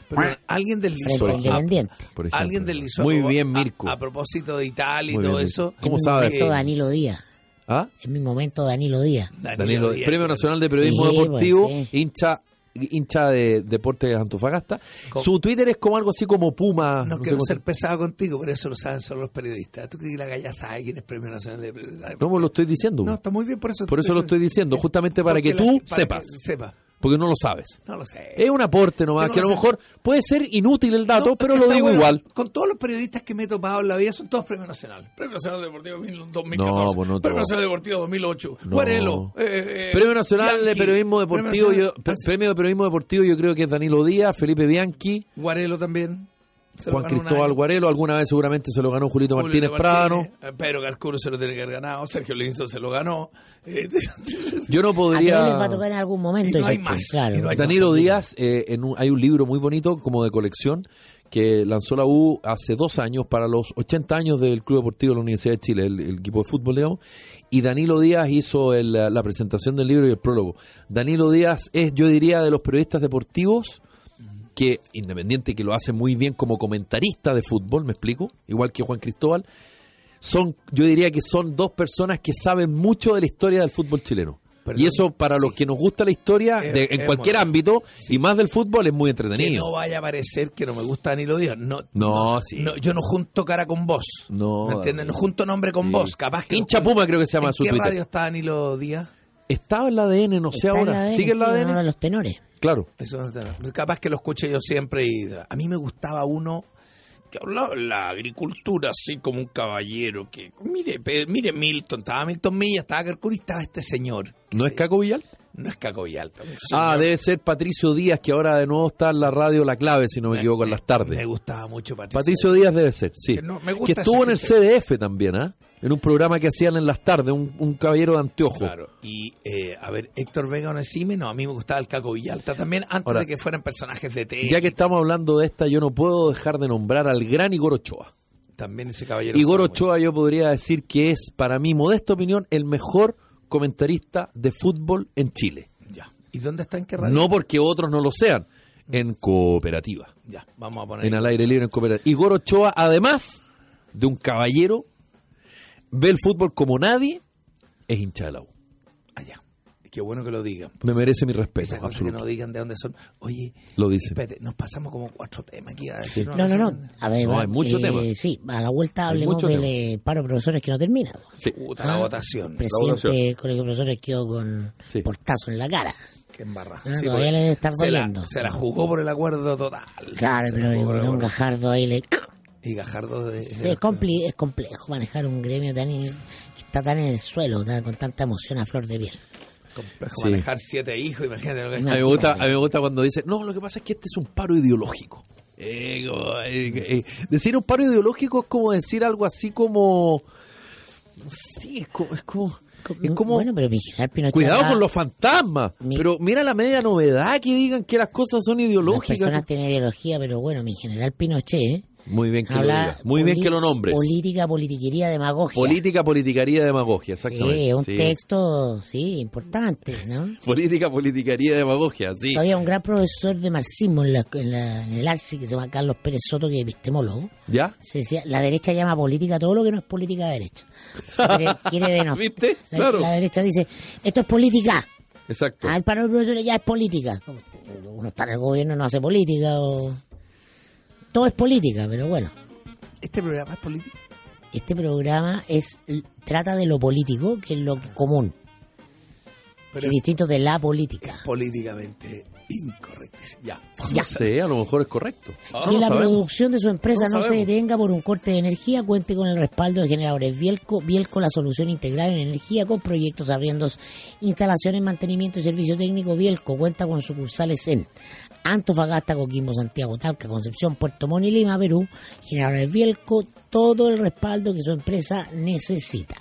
Pero alguien frente deslizó. a Soy Independiente. Por ejemplo. Alguien deslizó. a Muy propós- bien, Mirko. Ah, A, a propósito de Italia y Muy todo bien, eso. Mirko. ¿Cómo que- sabe? Esto Danilo Díaz. ¿Ah? En mi momento, Danilo Díaz. Danilo, Díaz. Premio Nacional de Periodismo Sí, Deportivo, pues, sí. hincha hincha de Deportes de Antofagasta. Co- Su Twitter es como algo así como Puma. No sé quiero cómo ser se- pesado contigo, pero eso lo saben solo los periodistas. ¿Tú crees que la galla sabe quién es Premio Nacional de Periodistas? No, pues lo estoy diciendo. No, está muy bien, por eso. Por eso lo estoy diciendo, justamente para porque que tú para sepas. que sepa. Porque no lo sabes. No lo sé. Es un aporte nomás, Yo no que a lo lo sé. mejor puede ser inútil el dato, No, pero es que lo está digo bueno. igual. Con todos los periodistas que me he topado en la vida son todos Premio Nacional. Premio Nacional Deportivo 2014. No, pues Premio no todos. Nacional Deportivo 2008. No. Guarelo. eh, eh, Premio Nacional de Bianchi, Periodismo Premio Deportivo, Nacional- Ah, yo, pre- premio de Periodismo Deportivo yo creo que es Danilo Díaz, Felipe Bianchi, Guarelo también. Se lo Juan ganó un Cristóbal año. Guarelo, alguna vez seguramente se lo ganó Julito Julio Martínez Prado. eh, Pedro Carcuro se lo tiene que haber ganado. Sergio Livingston se lo ganó. eh, [laughs] Yo no A todos les va a podría... tocar en algún Y momento. no hay dice, más, claro. y no hay más. Danilo Díaz, eh, en un- hay un libro muy bonito como de colección que lanzó la U hace dos años para los 80 años del Club Deportivo de la Universidad de Chile, el, el equipo de fútbol, digamos, y Danilo Díaz hizo el- la presentación del libro y el prólogo. Danilo Díaz es, yo diría, de los periodistas deportivos que, independiente que lo hace muy bien como comentarista de fútbol, me explico, igual que Juan Cristóbal, son, yo diría que son dos personas que saben mucho de la historia del fútbol chileno. Perdón, y eso para los sí. que nos gusta la historia, Es- de- en es cualquier bueno. ámbito, y más del fútbol, es muy que no entretenido. vaya a parecer que no me gusta Danilo Díaz. No, No, sí. no, yo no junto cara con vos. No, ¿Me entiendes? No Danilo. junto nombre con Sí. vos. Capaz que. Hincha Puma creo que se llama ¿En su qué Twitter. radio está Danilo Díaz? Estaba en la ADN, no sé Está en ahora. la ADN, ¿Sigue en la sí, ADN? ahora los tenores. Claro. Eso no está- Capaz que lo escuché yo siempre y a mí me gustaba uno que hablaba de la agricultura así como un caballero que mire pe- mire Milton estaba Milton Milla estaba Carcuri estaba este señor ¿No es Caco Villal? no es Caco Villalta un ah, señor. debe ser Patricio Díaz, que ahora de nuevo está en la radio La Clave, si no me equivoco, en las tardes. me gustaba mucho Patricio, Patricio Díaz debe ser, sí. Que no, me que gusta estuvo en el ese CDF también, ¿ah? en un programa que hacían en las tardes, un, un caballero de anteojo. Claro. Y, eh, a ver, Héctor Vega Onasime, no, a mí me gustaba el Caco Villalta también, antes Ahora, de que fueran personajes de tele. Ya que estamos hablando de esta, yo no puedo dejar de nombrar al gran Igor Ochoa. También ese caballero. Igor sabe mucho. Ochoa yo podría decir que es, para mi modesta opinión, el mejor comentarista de fútbol en Chile. Ya. ¿Y dónde está en qué radio? No porque otros no lo sean, en cooperativa. Ya, vamos a poner. En al aire libre en cooperativa. Igor Ochoa, además de un caballero, ve el fútbol como nadie, es hincha de la U. Allá. Qué bueno que lo digan. Me merece mi respeto. Esas cosas que absoluto. no digan de dónde son. Oye, Lo dice. espérate, nos pasamos como cuatro temas aquí a decir. No, no, no. A ver, No, va- hay mucho eh, tema. Sí, a la vuelta Hay hablemos mucho del tema. eh, paro de profesores que no termina. Sí. Puta, la Ah, votación. El presidente Colegio de Profesores quedó con Sí. portazo en la cara. Qué embarra. Ah, todavía porque le están se la, doliendo. se la jugó por el acuerdo total. Claro, Se la pero jugó por el Don acuerdo. Gajardo ahí le... Y Gajardo de. Sí, es, compli- es complejo manejar un gremio tan en- que está tan en el suelo, tan- con tanta emoción a flor de piel. complejo Sí. manejar siete hijos, imagínate lo que A mí, me gusta, a mí me gusta cuando dice, no, lo que pasa es que este es un paro ideológico. Eh, como, eh, eh, decir un paro ideológico es como decir algo así como... Sí, es como... Es como, es como- bueno, pero Miguel Pinochet... cuidado hablaba- con los fantasmas. Mi- Pero mira la media novedad que digan que las cosas son Las personas ideológicas. tienen ideología, pero bueno, mi general Pinochet... ¿eh? Muy bien que lo habla digas. Muy bien poli- que lo nombres. Política, politiquería, demagogia. Política, politicaría, demagogia, sí, exactamente. un Sí. texto, sí, importante, ¿no? Política, politicaría, demagogia, sí. Había un gran profesor de marxismo en, la- en la- en el ARSI que se llama Carlos Pérez Soto, que es epistemólogo. ¿Ya? Se decía, la derecha llama política todo lo que no es política de derecha. Entonces, quiere, quiere denostar. ¿Viste? La, Claro. la derecha dice, esto es política. Exacto. Ah, el paro de profesores ya es política. Como Uno está en el gobierno y no hace política. o- Todo es política, pero bueno. Este programa es político. Este programa es trata de lo político, que es lo común. Pero y es distinto de la política. políticamente incorrecto. Ya. No sé, a lo mejor es correcto. Ahora que no la sabemos. producción de su empresa No no, se sabemos. detenga por un corte de energía, cuente con el respaldo de generadores Bielco, Bielco la solución integral en energía con proyectos, arriendos, instalaciones, mantenimiento y servicio técnico. Bielco cuenta con sucursales en Antofagasta, Coquimbo, Santiago, Talca, Concepción, Puerto Montt y Lima, Perú. Generadores Bielco, todo el respaldo que su empresa necesita.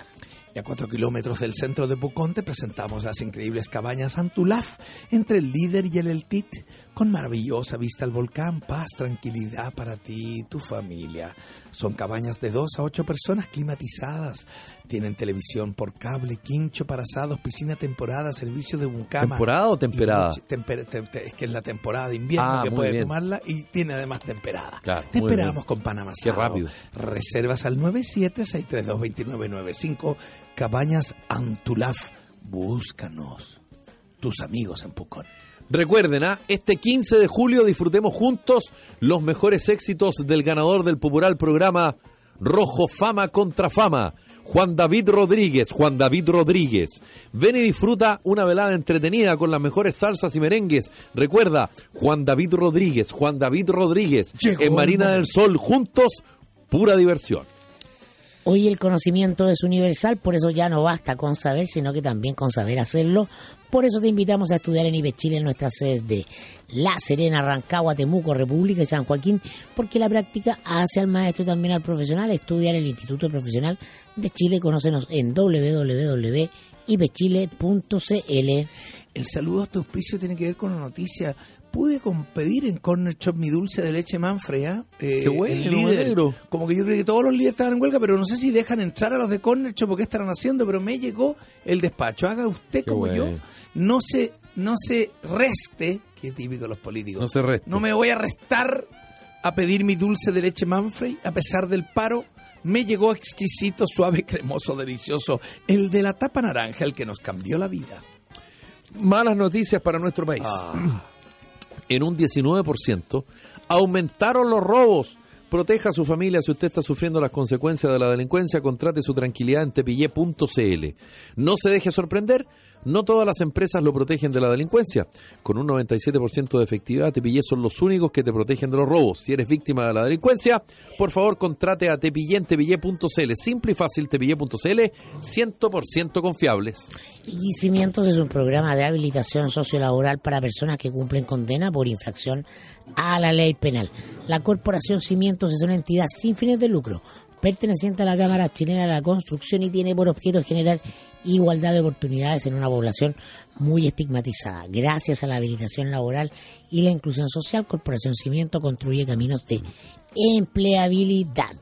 Y a cuatro kilómetros del centro de Pucón te presentamos las increíbles cabañas Antulaf entre el líder y el Eltit, con maravillosa vista al volcán, paz, tranquilidad para ti y tu familia. Son cabañas de dos a ocho personas climatizadas. Tienen televisión por cable, quincho para asados, piscina temporada, servicio de bucama. ¿Temporada o temperada? Y mucho- temper- tem- te- es que es la temporada de invierno Ah, que muy puedes bien. tomarla y tiene además temperada. Claro, te muy bien. esperamos con Panamá. Qué rápido. Reservas al 976322995. Cabañas Antulaf. Búscanos. Tus amigos en Pucón. Recuerden, ¿ah? este 15 de julio disfrutemos juntos los mejores éxitos del ganador del popular programa Rojo Fama contra Fama, Juan David Rodríguez. Juan David Rodríguez. Ven y disfruta una velada entretenida con las mejores salsas y merengues. Recuerda, Juan David Rodríguez, Juan David Rodríguez, Llegó el en Marina del Sol, juntos, pura diversión. Hoy el conocimiento es universal, por eso ya no basta con saber, sino que también con saber hacerlo. Por eso te invitamos a estudiar en IPE Chile en nuestras sedes de La Serena, Rancagua, Temuco, República y San Joaquín, porque la práctica hace al maestro y también al profesional. Estudiar el Instituto Profesional de Chile, conócenos en www.ipechile.cl. El saludo a este auspicio tiene que ver con una noticia. Pude competir en Corner Shop mi dulce de leche Manfred. ¿ah? Eh, Qué bueno, el líder. negro. Como que yo creo que todos los líderes estaban en huelga, pero no sé si dejan entrar a los de Corner Shop o qué estarán haciendo, pero me llegó el despacho. Haga usted Qué como bueno. yo. No se, no se reste, que típico los políticos. No se reste. No me voy a restar a pedir mi dulce de leche Manfrey a pesar del paro. Me llegó exquisito, suave, cremoso, delicioso. El de la tapa naranja, el que nos cambió la vida. Malas noticias para nuestro país. Ah. [clears throat] en un 19%, aumentaron los robos. Proteja a su familia si usted está sufriendo las consecuencias de la delincuencia, contrate su tranquilidad en tepille.cl. No se deje sorprender, no todas las empresas lo protegen de la delincuencia. Con un 97% de efectividad, Tepillé son los únicos que te protegen de los robos. Si eres víctima de la delincuencia, por favor contrate a Tepillé en tepillé.cl. Simple y fácil, tepillé.cl, 100% confiables. Y Cimientos es un programa de habilitación sociolaboral para personas que cumplen condena por infracción a la ley penal. La Corporación Cimientos es una entidad sin fines de lucro perteneciente a la Cámara Chilena de la Construcción y tiene por objeto generar igualdad de oportunidades en una población muy estigmatizada. Gracias a la habilitación laboral y la inclusión social, Corporación Cimiento construye caminos de empleabilidad.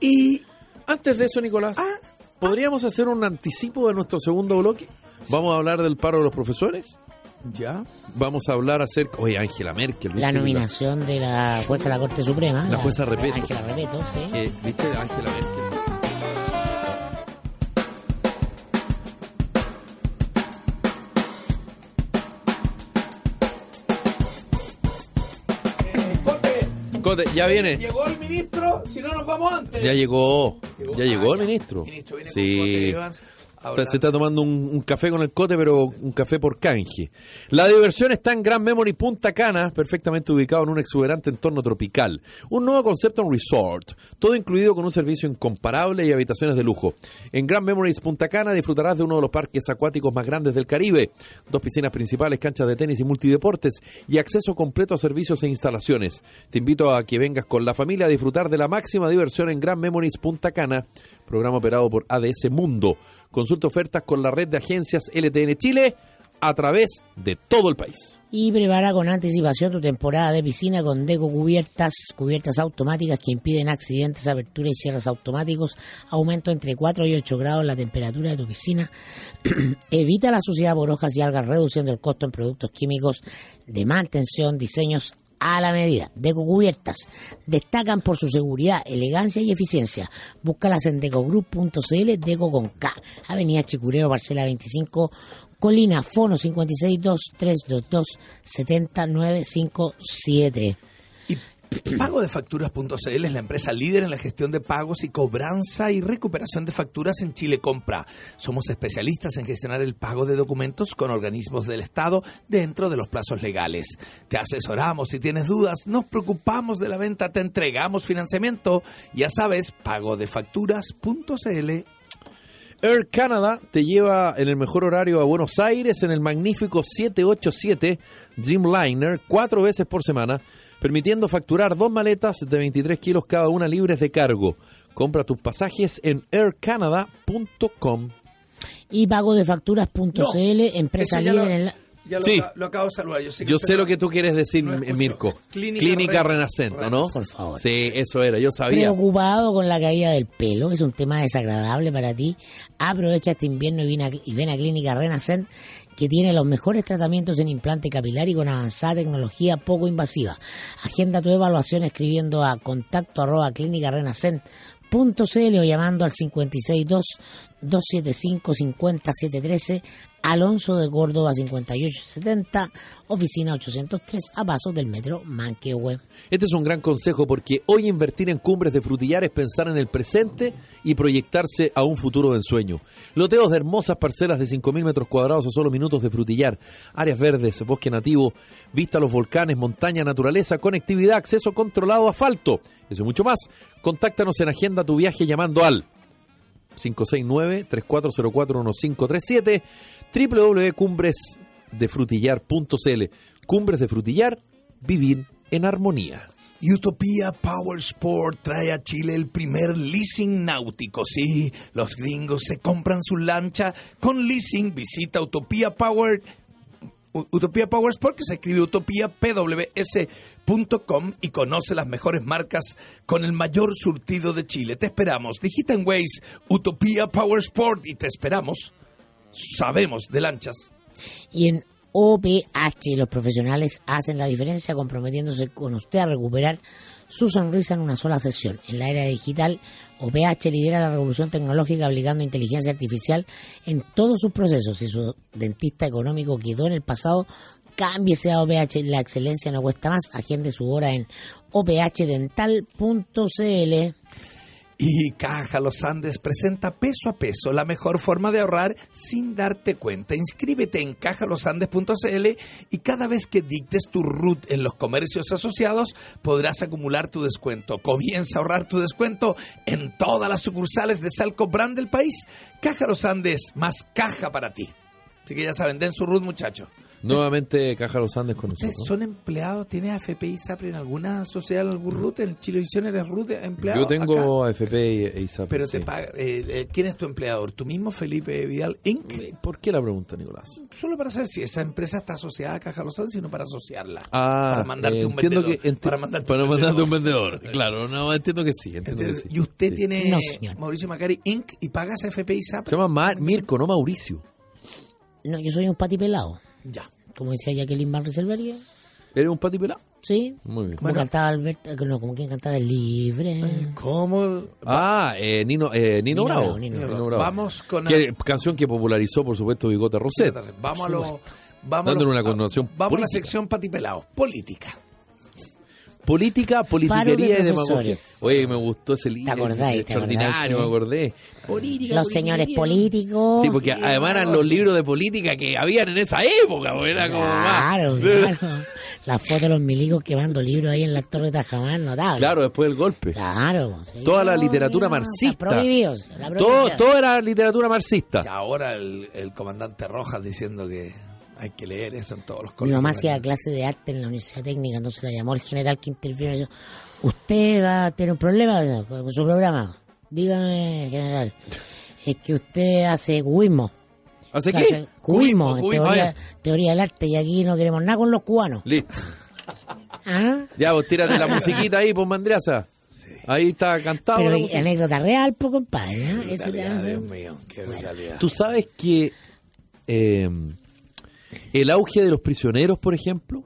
Y. Antes de eso, Nicolás, Ah, ¿podríamos hacer un anticipo de nuestro segundo bloque? Vamos a hablar del paro de los profesores. ya. Vamos a hablar acerca. Oye, Angela Merkel. ¿viste? La nominación de la jueza de la Corte Suprema. La jueza Repeto. Ángela Repeto, sí. Eh, ¿Viste Angela Merkel? Cote, ya viene. Llegó el ministro, si no nos vamos antes. Ya llegó. Ya llegó el ministro. Ministro, viene con Cote Sí. Evans a Está- hablar. se está tomando un, un café con el cote, pero un café por canje. La diversión está en Gran Memory Punta Cana, perfectamente ubicado en un exuberante entorno tropical. Un nuevo concepto en resort, todo incluido con un servicio incomparable y habitaciones de lujo. En Gran Memories Punta Cana disfrutarás de uno de los parques acuáticos más grandes del Caribe, dos piscinas principales, canchas de tenis y multideportes y acceso completo a servicios e instalaciones. Te invito a que vengas con la familia a disfrutar de la máxima diversión en Gran Memories Punta Cana, programa operado por ADS Mundo. Consulta ofertas con la red de agencias LTN Chile a través de todo el país. Y prepara con anticipación tu temporada de piscina con deco cubiertas, cubiertas automáticas que impiden accidentes, apertura y cierres automáticos, aumento entre 4 y 8 grados la temperatura de tu piscina, [clears throat] evita la suciedad por hojas y algas reduciendo el costo en productos químicos de mantención, diseños a la medida. Deco Cubiertas destacan por su seguridad, elegancia y eficiencia. Búscalas en decogroup.cl, deco con K, Avenida Chicureo, parcela 25, Colina, Fono 562-322-70957. Y pagodefacturas.cl es la empresa líder en la gestión de pagos y cobranza y recuperación de facturas en Chile Compra. Somos especialistas en gestionar el pago de documentos con organismos del Estado dentro de los plazos legales. Te asesoramos si tienes dudas, nos preocupamos de la venta, te entregamos financiamiento. Ya sabes, pagodefacturas.cl. Air Canada te lleva en el mejor horario a Buenos Aires en el magnífico 787 Dreamliner cuatro veces por semana, permitiendo facturar dos maletas de 23 kilos cada una libres de cargo. Compra tus pasajes en aircanada.com. Y pago de facturas.cl, empresa Eso ya líder lo- en la... ya lo, Sí. aca- lo acabo de saludar. Yo sé, Yo sé usted- lo que tú quieres decir, No escucho. Mirko. Clínica Clínica, Re- Renacento, ¿no? Por favor. Sí, eso era, yo sabía. Preocupado con la caída del pelo, es un tema desagradable para ti. Aprovecha este invierno y ven a, y ven a Clínica Renacent, que tiene los mejores tratamientos en implante capilar y con avanzada tecnología poco invasiva. Agenda tu evaluación escribiendo a contacto arroba clínicarenacent.cl o llamando al 562-275-50713, Alonso de Córdoba 5870, oficina 803, a pasos del metro Manquehue. Este es un gran consejo porque hoy invertir en cumbres de frutillar es pensar en el presente y proyectarse a un futuro de ensueño. Loteos de hermosas parcelas de 5.000 metros cuadrados a solo minutos de frutillar, áreas verdes, bosque nativo, vista a los volcanes, montaña, naturaleza, conectividad, acceso controlado, asfalto. Eso y mucho más. Contáctanos en Agenda Tu Viaje llamando al 569-3404-1537, www.cumbresdefrutillar.cl. Cumbres de Frutillar, vivir en armonía. Utopia Power Sport trae a Chile el primer leasing náutico. Sí, los gringos se compran su lancha con leasing. Visita Utopia Power. U- Utopía Power Sport, que se escribe utopiapws.com y conoce las mejores marcas con el mayor surtido de Chile. Te esperamos. Digita en Waze Utopía Power Sport y te esperamos. Sabemos de lanchas. Y en OPH los profesionales hacen la diferencia comprometiéndose con usted a recuperar su sonrisa en una sola sesión. En la era digital, OPH lidera la revolución tecnológica aplicando inteligencia artificial en todos sus procesos. Si su dentista económico quedó en el pasado, cámbiese a OPH. La excelencia no cuesta más. Agende su hora en ophdental.cl. Y Caja Los Andes presenta peso a peso la mejor forma de ahorrar sin darte cuenta. Inscríbete en cajalosandes.cl y cada vez que dictes tu RUT en los comercios asociados podrás acumular tu descuento. Comienza a ahorrar tu descuento en todas las sucursales de Salco Brand del país. Caja Los Andes, más caja para ti. Así que ya saben, den su RUT muchachos. Nuevamente Caja Los Andes con ¿Ustedes nosotros. son empleados? ¿Tienes AFP y SAPRE en alguna sociedad, en algún route? ¿En Chilevisión eres route empleado? Yo acá? tengo AFP y, e ISAPRE, Pero te sí. paga, eh, eh, ¿quién es tu empleador? ¿Tú mismo, Felipe Vidal Inc.? ¿Por qué la pregunta, Nicolás? Solo para saber si esa empresa está asociada a Caja Los Andes, sino para asociarla. Ah, para mandarte eh, un entiendo vendedor. que- enti- para mandarte para un mandarte vendedor. un [laughs] vendedor. Claro, no, entiendo que sí. Entiendo que ¿Entiendes? sí. Y usted Sí. tiene No, señor. Mauricio Macari Inc. y pagas AFP y SAPRE. Se llama Ma- Mirko, no Mauricio. No, yo soy un pati pelado. Ya. Como decía Jacqueline Van Reservaría. ¿Eres un pati pelado? Sí. Muy bien. Como cantaba Alberto, eh, no, como quien cantaba el libre. ¿Cómo? Ah, eh, Nino, eh, Nino, Nino Bravo. Bravo, Nino Bravo. Vamos con- Que- canción que popularizó, por supuesto, Bigote Roset. Vamos a lo... Vamos Dándole a lo- una connotación Vamos a la política. sección patipelado. Política. Política, Paro de politiquería y demagogia. profesores. Oye, me gustó ese ¿Te libro. acordás? ¿Te Extraordinario, acordás? me acordé. Política, Los politiquería. señores políticos. Sí, porque además eran los libros de política que habían en esa época, porque era como más. Claro, claro. La foto de los milicos quemando libros ahí en la Torre de Tajamar, notable. Claro, después del golpe. Claro. sí. Toda la No, literatura no, marxista. Está prohibido. la Todo, prohibición. todo era literatura marxista. Y ahora el, el comandante Rojas diciendo que hay que leer eso en todos los Mi colegios. mamá hacía clase de arte en la Universidad Técnica, entonces la llamó el general que intervino y dijo, usted va a tener un problema con su programa. Dígame, general, es que usted hace cubismo. ¿Hace Claro, qué? hace Cubismo, Cubismo, cubismo, teoría, ah, teoría del arte, y aquí no queremos nada con los cubanos. Listo. ¿Ah? Ya, vos tírate [laughs] la musiquita ahí, pues, Mandriaza. Ahí está cantado. Pero la y- música. anécdota real, pues, compadre. ¿eh? Qué Eso te brutalidad, hace- Dios mío, qué brutalidad. Tú sabes que eh, el auge de los prisioneros, por ejemplo,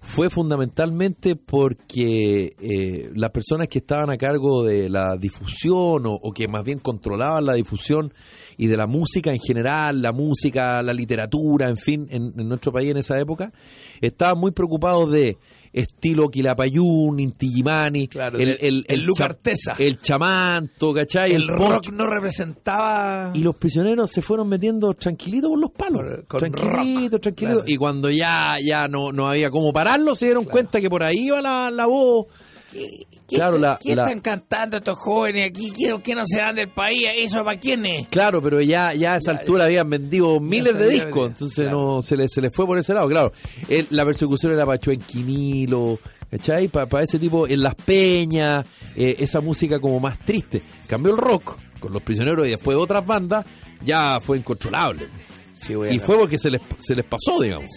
fue fundamentalmente porque eh, las personas que estaban a cargo de la difusión o, o que más bien controlaban la difusión y de la música en general, la música, la literatura, en fin, en, en nuestro país en esa época, estaban muy preocupados de estilo Quilapayún, Intigimani, Claro, el, de- el Luca Artesa. el chamanto, ¿cachai? El poncho. rock no representaba... Y los prisioneros se fueron metiendo tranquilitos con los palos. Con tranquilitos, rock, tranquilitos. claro. Y cuando ya, ya no, no había cómo pararlo, se dieron cuenta que por ahí iba la, la voz. ¿Qué, Claro, está- la- qué la- están cantando estos jóvenes aquí? ¿Qué, qué no se dan del país? ¿Eso para quiénes? Claro, pero ya, ya a esa altura habían vendido miles de sabía discos, venir, entonces claro. no se les se les fue por ese lado, claro. El- la persecución era Pacho en Quinilo, ¿cachai? Para ese tipo, en Las Peñas, eh, esa música como más triste. Cambió el rock con los prisioneros y después otras bandas, ya fue incontrolable. Sí, voy a Y fue porque se les, se les pasó, digamos.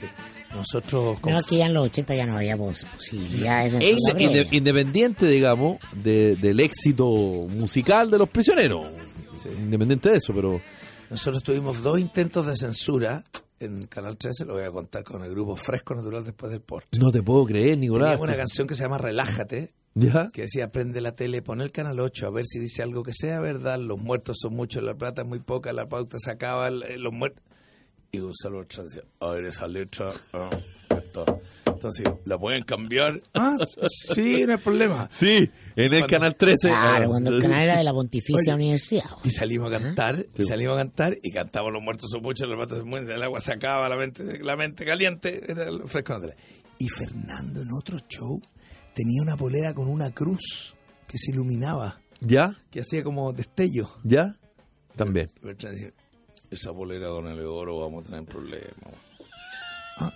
Nosotros... con- No, es que ya en los 80 ya no había pos- posibilidades. en E la inde- previa. inde- independiente, digamos, de- del éxito musical de los prisioneros. Independiente de eso, pero Nosotros tuvimos dos intentos de censura en Canal 13, lo voy a contar con el grupo Fresco Natural después del postre. no te puedo creer, Nicolás. Teníamos una canción que se llama Relájate, ¿Ya? que decía prende la tele, pon el canal 8 a ver si dice algo que sea verdad, los muertos son muchos, la plata es muy poca, la pauta se acaba, el- eh, los muertos... Y Gonzalo Bertrán decía, a ver esa letra, ah, esto". Entonces, ¿la pueden cambiar? Ah, sí, no hay problema. Sí, en el Cuando- Canal 13. Claro, Ah, cuando el canal era de la Pontificia Universidad. Y salimos a cantar, y salimos a cantar, y cantamos Los muertos son muchos, las patas se mueren, el agua se acaba, la mente, la mente caliente, era el fresco natural. Y Fernando, en otro show, tenía una polera con una cruz que se iluminaba, ¿Ya? que hacía como destello. ¿Ya? También. Y Bertrand decía, esa polera, don Eleodoro, vamos a tener problemas. Ah.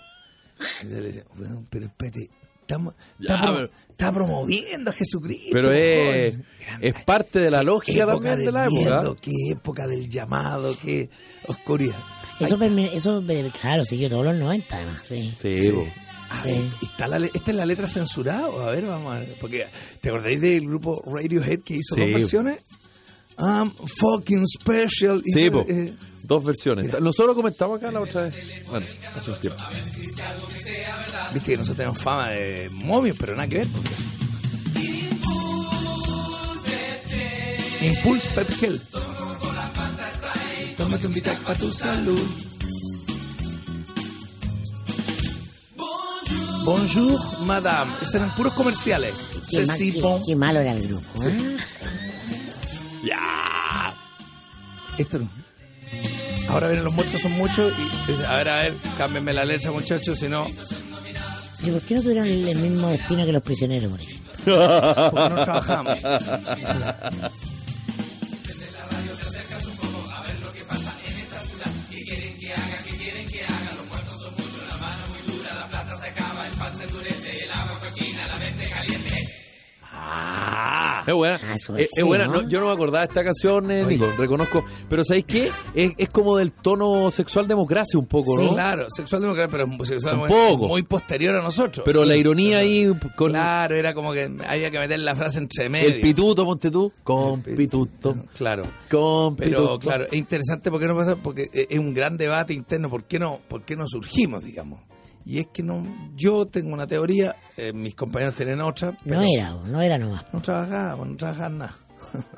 Y yo le decía, "Bueno, pero espérate, estamos, está, Ya, pro- pero- está promoviendo a Jesucristo. Pero es, joven". es parte de la lógica época también del de la miedo, época. qué época del llamado, qué oscuridad. Eso, permi- eso, eh, claro, siguió todos los 90 además, sí. Sí, Sí. po. A ver, está la le- ¿esta es la letra censurada? A ver, vamos a ver. Porque, ¿te acordáis del grupo Radiohead que hizo Sí. dos versiones? I'm fucking special. Sí, Hizo, po. eh, Dos versiones. Nosotros comentamos acá la otra vez. Bueno, hace un tiempo. Viste que nosotros tenemos fama de momios, pero nada que ver. Impulse Pep Gel. Tómate un Vitac para tu salud. Bonjour, madame. Esos eran puros comerciales. Qué, mal- Ceci qué- Pon- qué malo era el grupo. ¿eh? Ya. Esto no. Ahora vienen los muertos, son muchos. Y dice, a ver, a ver, cámbienme la letra, muchachos, si no. ¿Y por qué no tuvieron el, el mismo destino que los prisioneros, por ejemplo? porque Pues no trabajamos. Ah, es buena. Ah, eso es, sí, es buena. ¿no? No, yo no me acordaba de esta canción, eh, Oye. Nico, reconozco. Pero ¿sabéis qué? Es, es como del tono sexual democracia un poco, ¿no? Claro, sexual democracia, pero sexual Un democracia poco. muy posterior a nosotros. Pero la ironía ahí con Claro, era como que había que meter la frase entre medio. el pituto, ponte tú. Con El pituto. Claro. Con Pero pituto. claro, es interesante porque no pasa, porque eh, es un gran debate interno, ¿por qué no, por qué no surgimos, digamos? Y es que no, yo tengo una teoría, eh, mis compañeros tienen otra, pero No era, no era nomás. no trabajábamos, no trabajaban nada.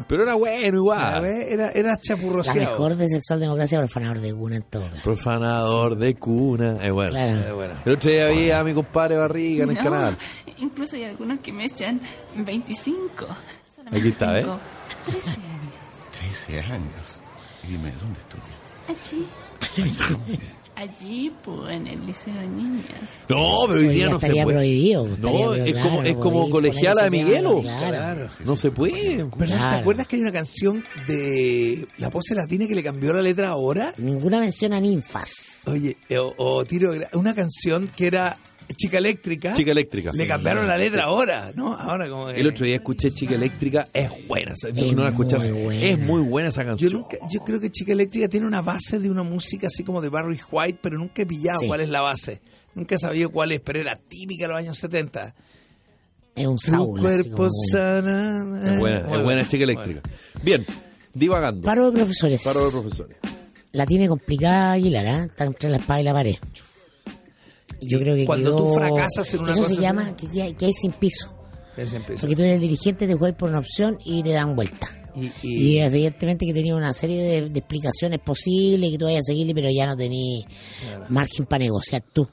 Pero era bueno A igual. ver, Era, era Ah. La chapurroseado. mejor de sexual democracia profanador de cuna en todo caso. Profanador de cuna. Es bueno. Claro. Eh, bueno. El otro día vi a mi compadre Barriga en el No, canal. Incluso hay algunos que me echan 25. Solamente Aquí está, ¿eh? tengo 13 años. 13 años. Dime, ¿dónde estudias? Allí. [laughs] Allí, pues, en el Liceo de Niñas. No, pero hoy Hoy día día no se estaría puede. prohibido, estaría No, es prohibido, como, claro, es no como podéis colegiala de poner ese Miguelo. diálogo, claro. No se puede. Pero ¿te Claro. acuerdas que hay una canción de La Pose Latina que le cambió la letra ahora? Ninguna mención a ninfas. Oye, eh, o, o Tiro, Gra- una canción que era Chica Eléctrica. Chica eléctrica. Le cambiaron la letra ahora, ¿no? Ahora como que- El otro día escuché Chica Eléctrica, es buena, esa- no, Es no la escuchás. muy buena. es muy buena esa Yo canción. nunca, yo creo que Chica Eléctrica tiene una base de una música así como de Barry White, pero nunca he pillado Sí. cuál es la base. Nunca he sabido cuál es, pero era típica de los años 70. Es un Tu saúl. así como cuerpo bueno. sana. es buena, es buena Chica Eléctrica. Bien, divagando. Paro de profesores. Paro de profesores. La tiene complicada Aguilar, ¿ah? Está entre la espada y la pared. Yo creo que Cuando tú quedó- fracasas en una Eso cosa, se es llama una- que, que hay- que hay sin piso. Pero se empezó. Porque tú eres el dirigente, te juegas por una opción y te dan vuelta. Y- y- Y, evidentemente que tenía una serie de, de explicaciones posibles que tú vayas a seguirle, pero ya no tenías margen para negociar tú.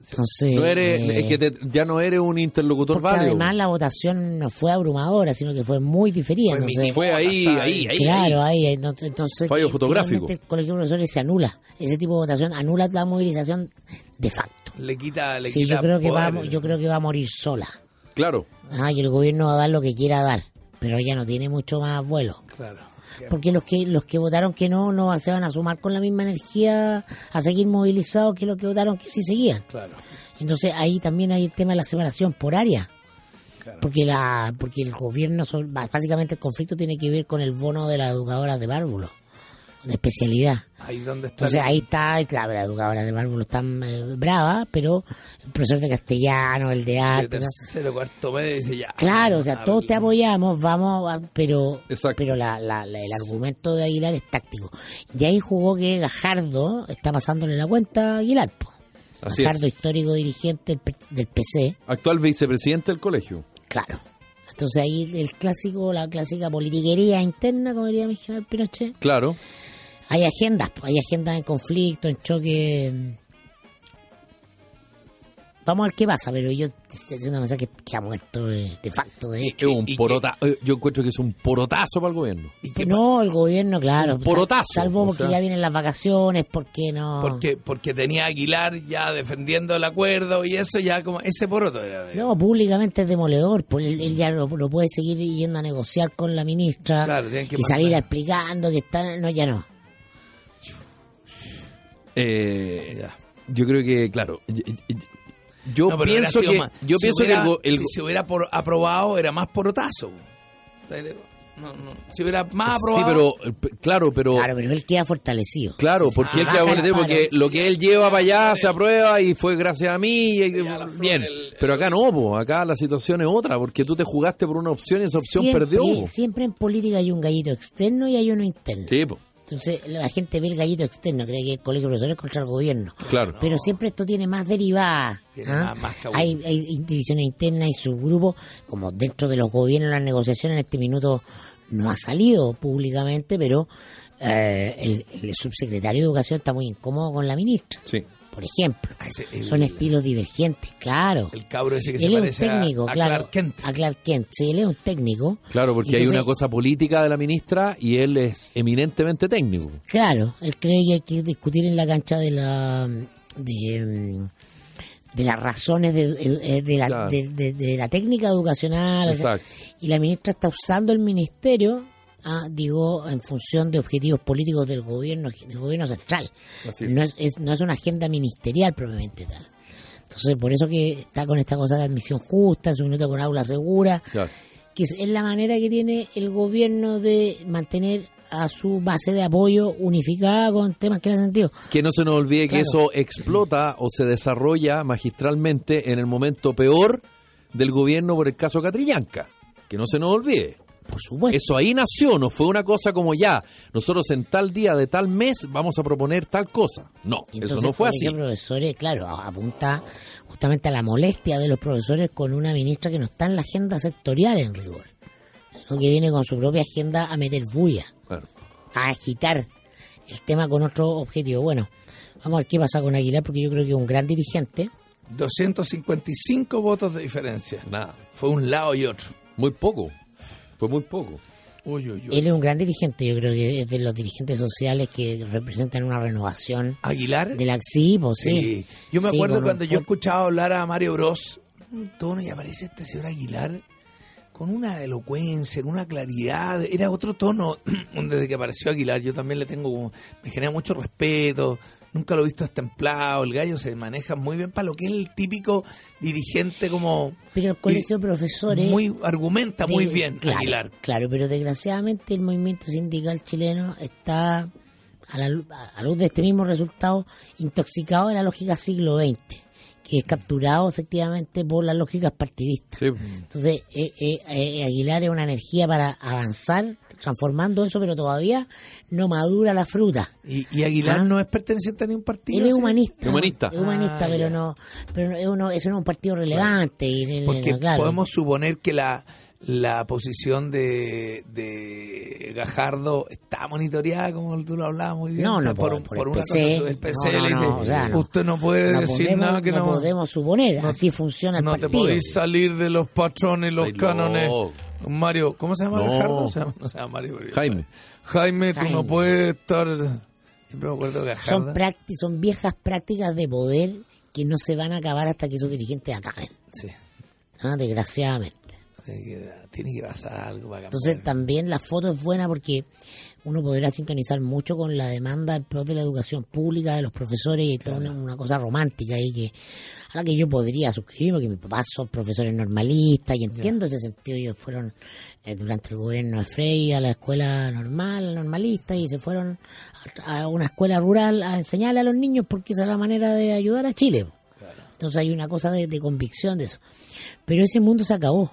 Entonces, No eres, eh, es que te- ya no eres un interlocutor porque válido. además la votación no fue abrumadora, sino que fue muy diferida. Fue entonces, Fue ahí, ahí, ahí. claro, ahí, ahí, no- entonces Fallo eh, fotográfico. finalmente el colegio de profesores se anula. Ese tipo de votación anula la movilización de facto. Le quita, le Sí, quita yo creo que va, poder. yo creo que va a morir sola. ahí. Claro. Ah, y el gobierno va a dar lo que quiera dar, pero ya no tiene mucho más vuelo. Claro. Porque los que los que votaron que no no se van a sumar con la misma energía a seguir movilizados que los que votaron que sí seguían. Claro. Entonces ahí también hay el tema de la separación por área. Claro. Porque la porque el gobierno sol- básicamente el conflicto tiene que ver con el bono de las educadoras de párvulo de especialidad. Ahí donde está. Entonces el- ahí está, y claro, la educadora de párvulo está eh, brava, pero el profesor de castellano, el de de arte, ¿no? tercero, cuarto medio, dice ya. Claro, o sea, Ah, todos te apoyamos, vamos, a- pero Exacto. pero la- la- la- el argumento de Aguilar es táctico. Y ahí jugó que Gajardo está pasándole la cuenta a Aguilar. po. Así Gajardo, es. histórico dirigente del P- del PC, Actual vicepresidente del colegio. claro. Entonces ahí el clásico, la clásica politiquería interna, como diría mi general Pinochet. Claro. Hay agendas, po, hay agendas en conflicto, en choque. Vamos a ver qué pasa, pero yo tengo una pensar que, que ha muerto eh, de facto, de hecho. Es un y- y- porota, eh, yo encuentro que es un porotazo para el gobierno. ¿Y qué No, el gobierno, claro. Un porotazo, Sal- Salvo o porque sea. ya vienen las vacaciones, porque no. Porque, porque tenía a Aguilar ya defendiendo el acuerdo y eso ya como ese poroto era de- No, públicamente es demoledor. pues, él, él ya no, no puede seguir yendo a negociar con la ministra Claro, tienen que y salir mandar. explicando que está. No, ya no. Eh, yo creo que, claro. y- y- y- No, Yo pero hubiera pienso sido que. más- Yo si pienso que hubiera- el go- el si go- se hubiera por- aprobado era más porotazo. No, no. Si hubiera más Sí, aprobado. pero eh, p- claro, pero Claro, Ah, pero él queda fortalecido. claro, porque él baja queda la boletero, vara. porque lo que él lleva para allá se aprueba y fue gracias a mí y- eh, Ya, la flor, bien, el- pero acá no, po, acá la situación es otra, porque tú te jugaste por una opción y esa opción siempre, perdió. po. siempre en política hay un gallito externo y hay uno interno. Sí, po. Entonces la gente ve el gallito externo, cree que el colegio de profesores es contra el gobierno. Claro. Pero siempre esto tiene más derivadas. ¿ah? Tiene más- más cabullo. hay, hay divisiones internas y subgrupos, como dentro de los gobiernos las negociaciones en este minuto no ha salido públicamente, pero eh, el, el subsecretario de Educación está muy incómodo con la ministra, Sí. por ejemplo. Ah, ese- el- Son estilos divergentes, claro. El cabro ese que se él es un parece a- técnico, a claro. Clark Kent. A Clark Kent, sí, él es un técnico. Claro, porque hay Entonces, una cosa política de la ministra y él es eminentemente técnico. Claro, él cree que hay que discutir en la cancha de la de, mm, de las razones de, eh, de la, Claro. de- de- de la técnica educacional. o sea, Exacto. y la ministra está usando el ministerio, ah, digo, en función de objetivos políticos del gobierno del gobierno central. Así es. No, es, es- no es una agenda ministerial propiamente tal. Entonces, por eso que está con esta cosa de admisión justa, su minuto con aula segura. Claro. que es la manera que tiene el gobierno de mantener a su base de apoyo unificada con temas que no hacen sentido. Que no se nos olvide que eso Claro. explota o se desarrolla magistralmente en el momento peor del gobierno por el caso Catrillanca. Que no se nos olvide. Por supuesto. Eso ahí nació, no fue una cosa como ya, nosotros en tal día de tal mes vamos a proponer tal cosa. No, Y eso entonces, no fue por así. ejemplo, profesores, claro, a- apunta justamente a la molestia de los profesores con una ministra que no está en la agenda sectorial en rigor, sino que viene con su propia agenda a meter bulla, Claro. a agitar el tema con otro objetivo. Bueno, vamos a ver qué pasa con Aguilar, porque yo creo que es un gran dirigente. 255 votos de diferencia. Nada, Fue un lado y otro. muy poco. Fue muy poco. Uy, uy, uy. Él es un gran dirigente, yo creo que es de los dirigentes sociales que representan una renovación Aguilar. de la sí, pues, sí. Sí. Yo me Sí, acuerdo con un cuando yo fuerte- escuchaba hablar a Mario Bros. Un tono y aparece este señor Aguilar con una elocuencia, con una claridad. Era otro tono [clears throat] desde que apareció Aguilar. Yo también le tengo como. Me genera mucho respeto. Nunca lo he visto estemplado. El gallo se maneja muy bien para lo que es el típico dirigente como. Pero el colegio de profesores... Muy, argumenta muy De- bien claro, Aguilar. Claro, pero desgraciadamente el movimiento sindical chileno está, a la, lu- a la luz de este mismo resultado, intoxicado de la lógica siglo XX, que es capturado efectivamente por las lógicas partidistas. Sí. Entonces, eh, eh, eh, Aguilar es una energía para avanzar, transformando eso, pero todavía no madura la fruta. Y, y Aguilar Ah. no es perteneciente a ningún partido. Él es ¿sí? humanista. Humanista. Es humanista, Ah, pero ya. no, pero no, es uno- eso no es un partido relevante. y- y- Porque no, claro. podemos suponer que la, la posición de, de Gajardo está monitoreada, como tú lo hablabas muy bien. No, está no, por, por, el una PC. cosa, el PC No, no, le dice, no, o sea, no. usted no puede No Eh, decir podemos- nada que no... no podemos suponer, no- así funciona el no te partido. podéis salir de los patrones, los Ay, no. cánones. Mario, ¿cómo se llama No. Gajardo? Se llama- no se llama Mario. pero- Jaime. Jaime, tú no Jaime. puedes estar... Siempre me acuerdo de Gajardo. Son prácti- son viejas prácticas de poder que no se van a acabar hasta que esos dirigentes acaben, Sí. ah, desgraciadamente. Tiene que, tiene que pasar algo para cambiar. Entonces también la foto es buena porque uno podrá sintonizar mucho con la demanda en pro de la educación pública, de los profesores y toda una, una cosa romántica ahí que a la que yo podría suscribirme, porque mis papás son profesores normalistas y entiendo ese sentido. Ellos fueron eh, durante el gobierno de Frey a la escuela normal, normalista y se fueron a, a una escuela rural a enseñarle a los niños porque esa es la manera de ayudar a Chile. po. Entonces hay una cosa de, de convicción de eso. Pero ese mundo se acabó.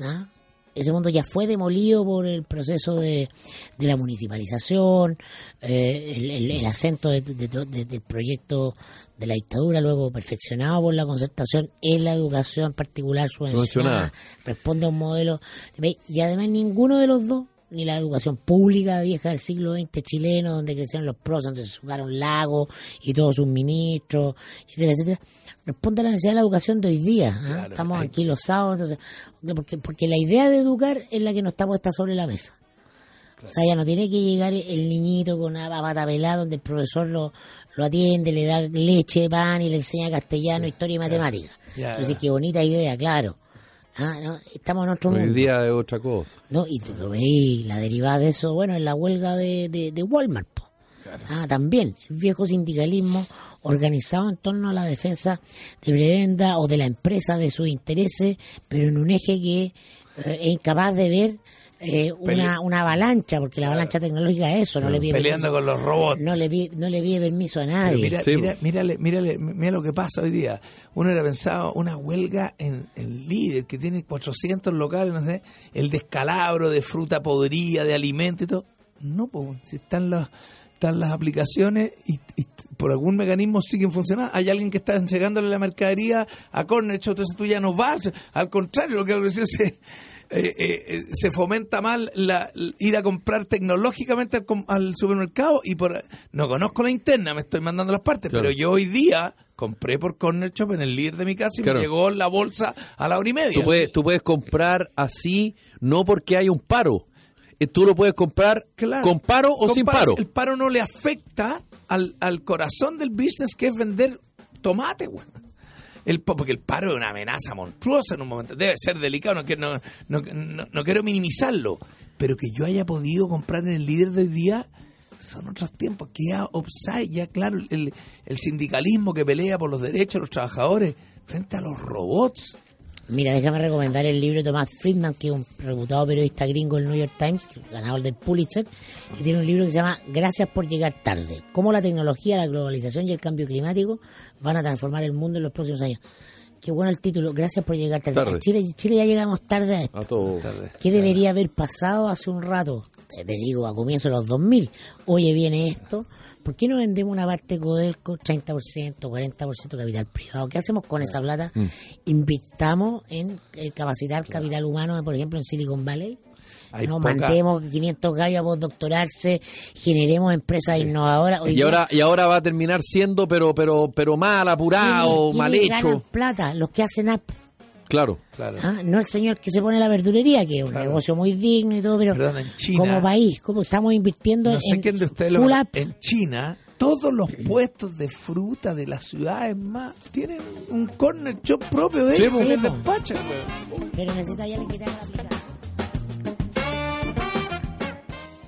¿ah? Ese mundo ya fue demolido por el proceso de, de la municipalización, eh, el, el- el acento de- de- de- del proyecto de la dictadura, luego perfeccionado por la concertación en la educación particular subvencionada, Subvencionada. responde a un modelo. ¿Ve? Y además ninguno de los dos, ni la educación pública vieja del siglo XX chileno, donde crecieron los pros, donde se jugaron lagos y todos sus ministros, etcétera, etcétera, responde a la necesidad de la educación de hoy día. ¿ah? Claro, Estamos hay- aquí los sábados, entonces, porque, porque la idea de educar es la que no está puesta sobre la mesa. O sea, ya no tiene que llegar el niñito con una pata pelada donde el profesor lo, lo atiende, le da leche, pan y le enseña castellano, historia y matemática. Ya, Entonces, ya. qué bonita idea, claro. Ah, no, estamos en otro Hoy mundo. día es otra cosa. No, y tú lo veí, la derivada de eso, bueno, en la huelga de, de, de Walmart. po. Ah, también, el viejo sindicalismo organizado en torno a la defensa de prebenda o de la empresa de sus intereses, pero en un eje que eh, es incapaz de ver eh, una, una avalancha, porque la avalancha tecnológica es eso, no le pide Peleando permiso, con los robots. no le pide, no le pide permiso a nadie. Pero mira, Sí, pues. mira, mírale, mírale, mira lo que pasa hoy día. Uno era pensado una huelga en el líder que tiene 400 locales, no sé, el descalabro de fruta podrida, de alimento y todo. No, pues, si están las están las aplicaciones y, y por algún mecanismo siguen funcionando. Hay alguien que está entregándole la mercadería a Corner Shop, entonces tú ya no vas. Al contrario, lo que ha crecido es eh, eh, eh, se fomenta mal la, l- ir a comprar tecnológicamente al, com- al supermercado y por no conozco la interna, me estoy mandando las partes, Claro. pero yo hoy día compré por Corner Shop en el líder de mi casa y Claro. me llegó la bolsa a la hora y media. Tú puedes, tú puedes comprar así, no porque hay un paro. Eh, Tú lo puedes comprar Claro. con paro o sin Comparas, paro. El paro no le afecta al, al corazón del business que es vender tomate, güey. El, pa- porque el paro es una amenaza monstruosa en un momento. Debe ser delicado, no, que- no, no, no- no quiero minimizarlo. Pero que yo haya podido comprar en el líder de hoy día son otros tiempos. Que ya offside, ya claro, el, el sindicalismo que pelea por los derechos de los trabajadores frente a los robots. Mira, déjame recomendar el libro de Thomas Friedman, que es un reputado periodista gringo del New York Times, que- ganador del Pulitzer, que tiene un libro que se llama Gracias por llegar tarde. Cómo la tecnología, la globalización y el cambio climático van a transformar el mundo en los próximos años. Qué bueno el título, Gracias por llegar tarde. Tarde. A Chile, Chile ya llegamos tarde a esto. A todo. ¿Qué debería haber pasado hace un rato? Te, te digo, a comienzos de los 2000. Oye, viene esto. ¿Por qué no vendemos una parte de Codelco, 30%, 40% capital privado? ¿Qué hacemos con esa plata? Mm. Invirtamos en eh, capacitar capital humano, por ejemplo, en Silicon Valley. Hay no poca- mandemos 500 gallos a postdoctorarse, generemos empresas innovadoras. Hoy Y día, ahora, y ahora va a terminar siendo, pero, pero, pero mal, apurado, ¿quiénes- mal quiénes ganan hecho. plata? Los que hacen app. Claro. Claro. Ah, no el señor que se pone la verdulería, que es un negocio muy digno y todo, pero Perdón, en China- como país, como estamos invirtiendo No sé en quién de ustedes lo full conoce. up. En China, todos los puestos de fruta de las ciudades más tienen un corner shop propio de Sí, ellos. pues. po. Se les despachan, weón. pero necesita ya le quitamos la plata.